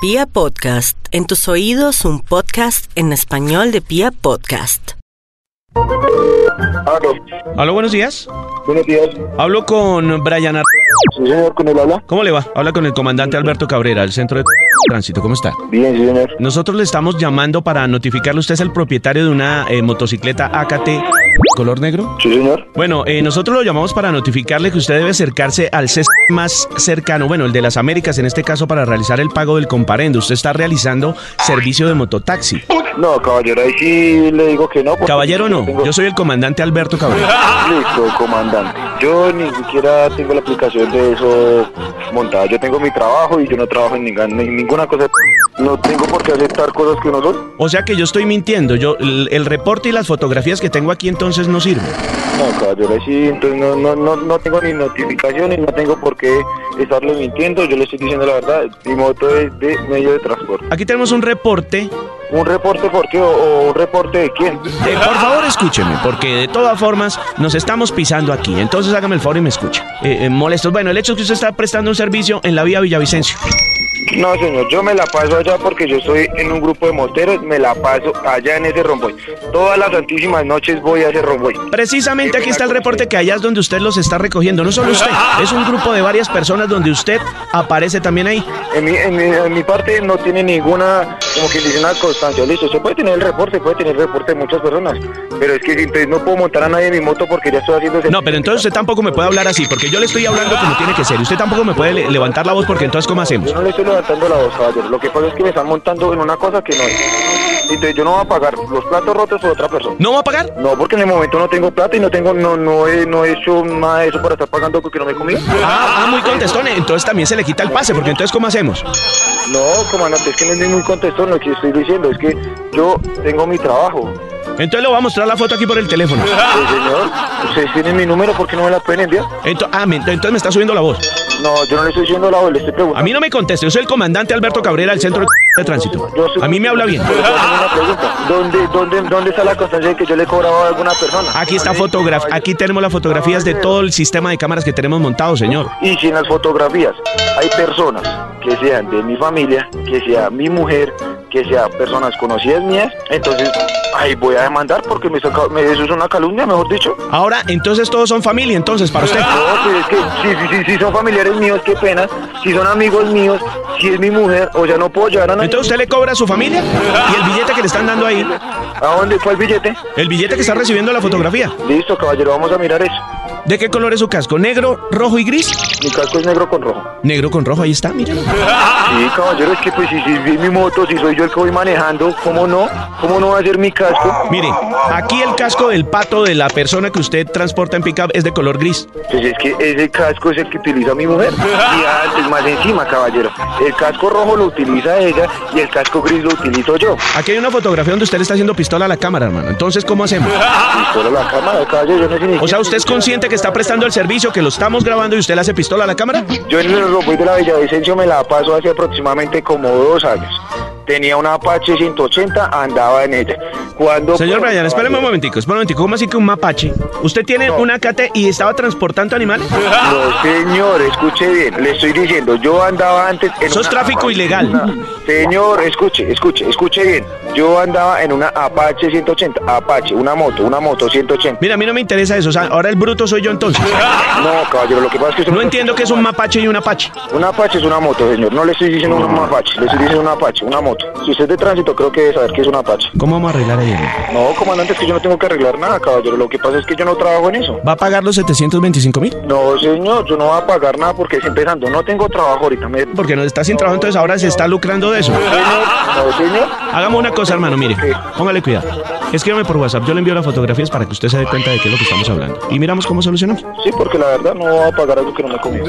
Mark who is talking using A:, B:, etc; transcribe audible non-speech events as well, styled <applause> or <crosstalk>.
A: Pia Podcast, en tus oídos un podcast en español de Pia Podcast.
B: Aló.
C: Aló, buenos días.
B: Buenos días.
C: Hablo con Brian Ar-
B: Sí, señor, con el habla.
C: ¿Cómo le va? Habla con el comandante Alberto Cabrera, del Centro de Tránsito. ¿Cómo está?
B: Bien, sí, señor.
C: Nosotros le estamos llamando para notificarle. Usted es el propietario de una eh, motocicleta AKT color negro.
B: Sí, señor.
C: Bueno, eh, nosotros lo llamamos para notificarle que usted debe acercarse al CES más cercano, bueno, el de las Américas en este caso, para realizar el pago del comparendo. Usted está realizando servicio de mototaxi.
B: No, caballero, ahí sí le digo que no. porque
C: Caballero, no.
B: tengo-
C: Yo soy el comandante Alberto Cabrera.
B: Listo, comandante. Yo ni siquiera tengo la aplicación de eso montada. Yo tengo mi trabajo y yo no trabajo en ninguna, en ninguna cosa. No tengo por qué aceptar cosas que no son.
C: O sea que yo estoy mintiendo. Yo, el, el reporte y las fotografías que tengo aquí entonces no sirven.
B: No, caballero, ahí sí. Entonces no, no, no, no tengo ni notificaciones, no tengo por qué estarle mintiendo. Yo le estoy diciendo la verdad. Mi moto es de medio de transporte.
C: Aquí tenemos un reporte
B: ¿Un reporte por qué o, o un reporte de quién?
C: Eh, por favor, escúcheme, porque de todas formas nos estamos pisando aquí. Entonces hágame el favor y me escucha. Eh, eh, molestos. Bueno, el hecho es que usted está prestando un servicio en la vía Villavicencio.
B: No, señor, yo me la paso allá porque yo estoy en un grupo de moteros, me la paso allá en ese romboy. Todas las santísimas noches voy a ese romboy.
C: Precisamente aquí está el reporte que allá es donde usted los está recogiendo. No solo usted, es un grupo de varias personas donde usted aparece también ahí.
B: En mi, en mi, en mi parte no tiene ninguna, como que dice una constancia. Listo, se puede tener el reporte, puede tener el reporte de muchas personas, pero es que entonces no puedo montar a nadie en mi moto porque ya estoy haciendo... ese-
C: No, pero entonces usted tampoco me puede hablar así, porque yo le estoy hablando como tiene que ser. Usted tampoco me puede le- levantar la voz, porque entonces ¿cómo hacemos?
B: Yo no le estoy levantando la voz, caballero. Lo que pasa es que me están montando en una cosa que no es. Entonces yo no voy a pagar los platos rotos a otra persona.
C: ¿No va a pagar?
B: No, porque en el momento no tengo plata y no tengo, no, no he, no he hecho nada de eso para estar pagando porque no me he comido.
C: Ah, ah, muy contestón. Entonces también se le quita el pase, porque entonces ¿cómo hacemos?
B: No, comandante, es que no es ningún contestón lo que estoy diciendo, es que yo tengo mi trabajo.
C: Entonces le voy a mostrar la foto aquí por el teléfono.
B: Sí, señor, ustedes tienen mi número, ¿por qué no me la pueden enviar?
C: Ento- ah, me- entonces me está subiendo la voz.
B: No, yo no le estoy diciendo la voz, le estoy preguntando.
C: A mí no me conteste, yo soy el comandante Alberto Cabrera del Centro de Tránsito.
B: Yo soy-
C: A mí me habla bien.
B: Pero yo tengo una pregunta. ¿Dónde, dónde, ¿Dónde está la constancia de que yo le he cobrado a alguna persona?
C: Aquí está fotograf aquí tenemos las fotografías de todo el sistema de cámaras que tenemos montado, señor.
B: Y si en las fotografías hay personas que sean de mi familia, que sea mi mujer, que sea personas conocidas mías, entonces ahí voy a demandar porque me saca- me- eso es una calumnia, mejor dicho.
C: Ahora, entonces todos son familia, entonces, para usted.
B: No, pero es que si, si, si- si son familiares míos, qué pena. Si son amigos míos, si es mi mujer, o sea, no puedo llevar a nadie.
C: Entonces usted le cobra a su familia y el billete que le están dando ahí,
B: ¿A dónde fue el billete?
C: el billete que está recibiendo la fotografía.
B: Listo, caballero, vamos a mirar eso.
C: ¿De qué color es su casco? ¿Negro, rojo y gris?
B: Mi casco es negro con rojo.
C: Negro con rojo, ahí está, míralo.
B: Sí, caballero, es que pues si, si es mi moto, si soy yo el que voy manejando, ¿cómo no? ¿Cómo no va a ser mi casco?
C: Mire, aquí el casco del pato de la persona que usted transporta en pickup es de color gris.
B: Pues es que ese casco es el que utiliza mi
C: <laughs>
B: mujer. Y antes, más encima, caballero. El casco rojo lo utiliza ella y el casco gris lo utilizo yo.
C: Aquí hay una fotografía donde usted le está haciendo pistola a la cámara, hermano. Entonces, ¿cómo hacemos?
B: Y solo la cámara, caballero, yo no sé ni
C: O sea,
B: quién-
C: ¿usted es consciente que está prestando el servicio, que lo estamos grabando y usted le hace pistola a la cámara?
B: Yo en el Roboy de la Villavicencio me la paso hace aproximadamente como dos años. Tenía una Apache 180, andaba en ella. Cuando pues,
C: Señor Brian, espéreme un momentico, espéreme un momentico. ¿Cómo así que un mapache? ¿Usted tiene
B: No.
C: una AKT y estaba transportando animales?
B: No, señor, escuche bien. Le estoy diciendo, yo andaba antes en
C: Eso es tráfico
B: Apache,
C: ilegal.
B: una- Señor, escuche, escuche, escuche bien. Yo andaba en una Apache 180, Apache, una moto, una moto 180.
C: Mira, a mí no me interesa eso. O sea, ahora el bruto soy yo entonces.
B: No, caballero, lo que pasa es que... usted
C: No entiendo qué es un mapache y un apache.
B: Un Apache es una moto, señor. No le estoy diciendo un Apache, le estoy diciendo un Apache, una moto. Si usted es de tránsito, creo que debe saber qué es un Apache.
C: ¿Cómo vamos a arreglar ahí?
B: No, comandante, es que yo no tengo que arreglar nada, caballero. Lo que pasa es que yo no trabajo en eso.
C: ¿Va a pagar los 725 mil?
B: No, señor, yo no voy a pagar nada porque es empezando. No tengo trabajo ahorita.
C: <laughs>
B: me-
C: Porque no está sin trabajo, entonces ahora se está lucrando de eso.
B: Señor, no, señor.
C: Hagamos una cosa, hermano, mire. Póngale cuidado. Escríbame por WhatsApp. Yo le envío las fotografías para que usted se dé cuenta de qué es lo que estamos hablando. Y miramos cómo solucionamos.
B: Sí, porque la verdad no voy a pagar algo que no me he comido.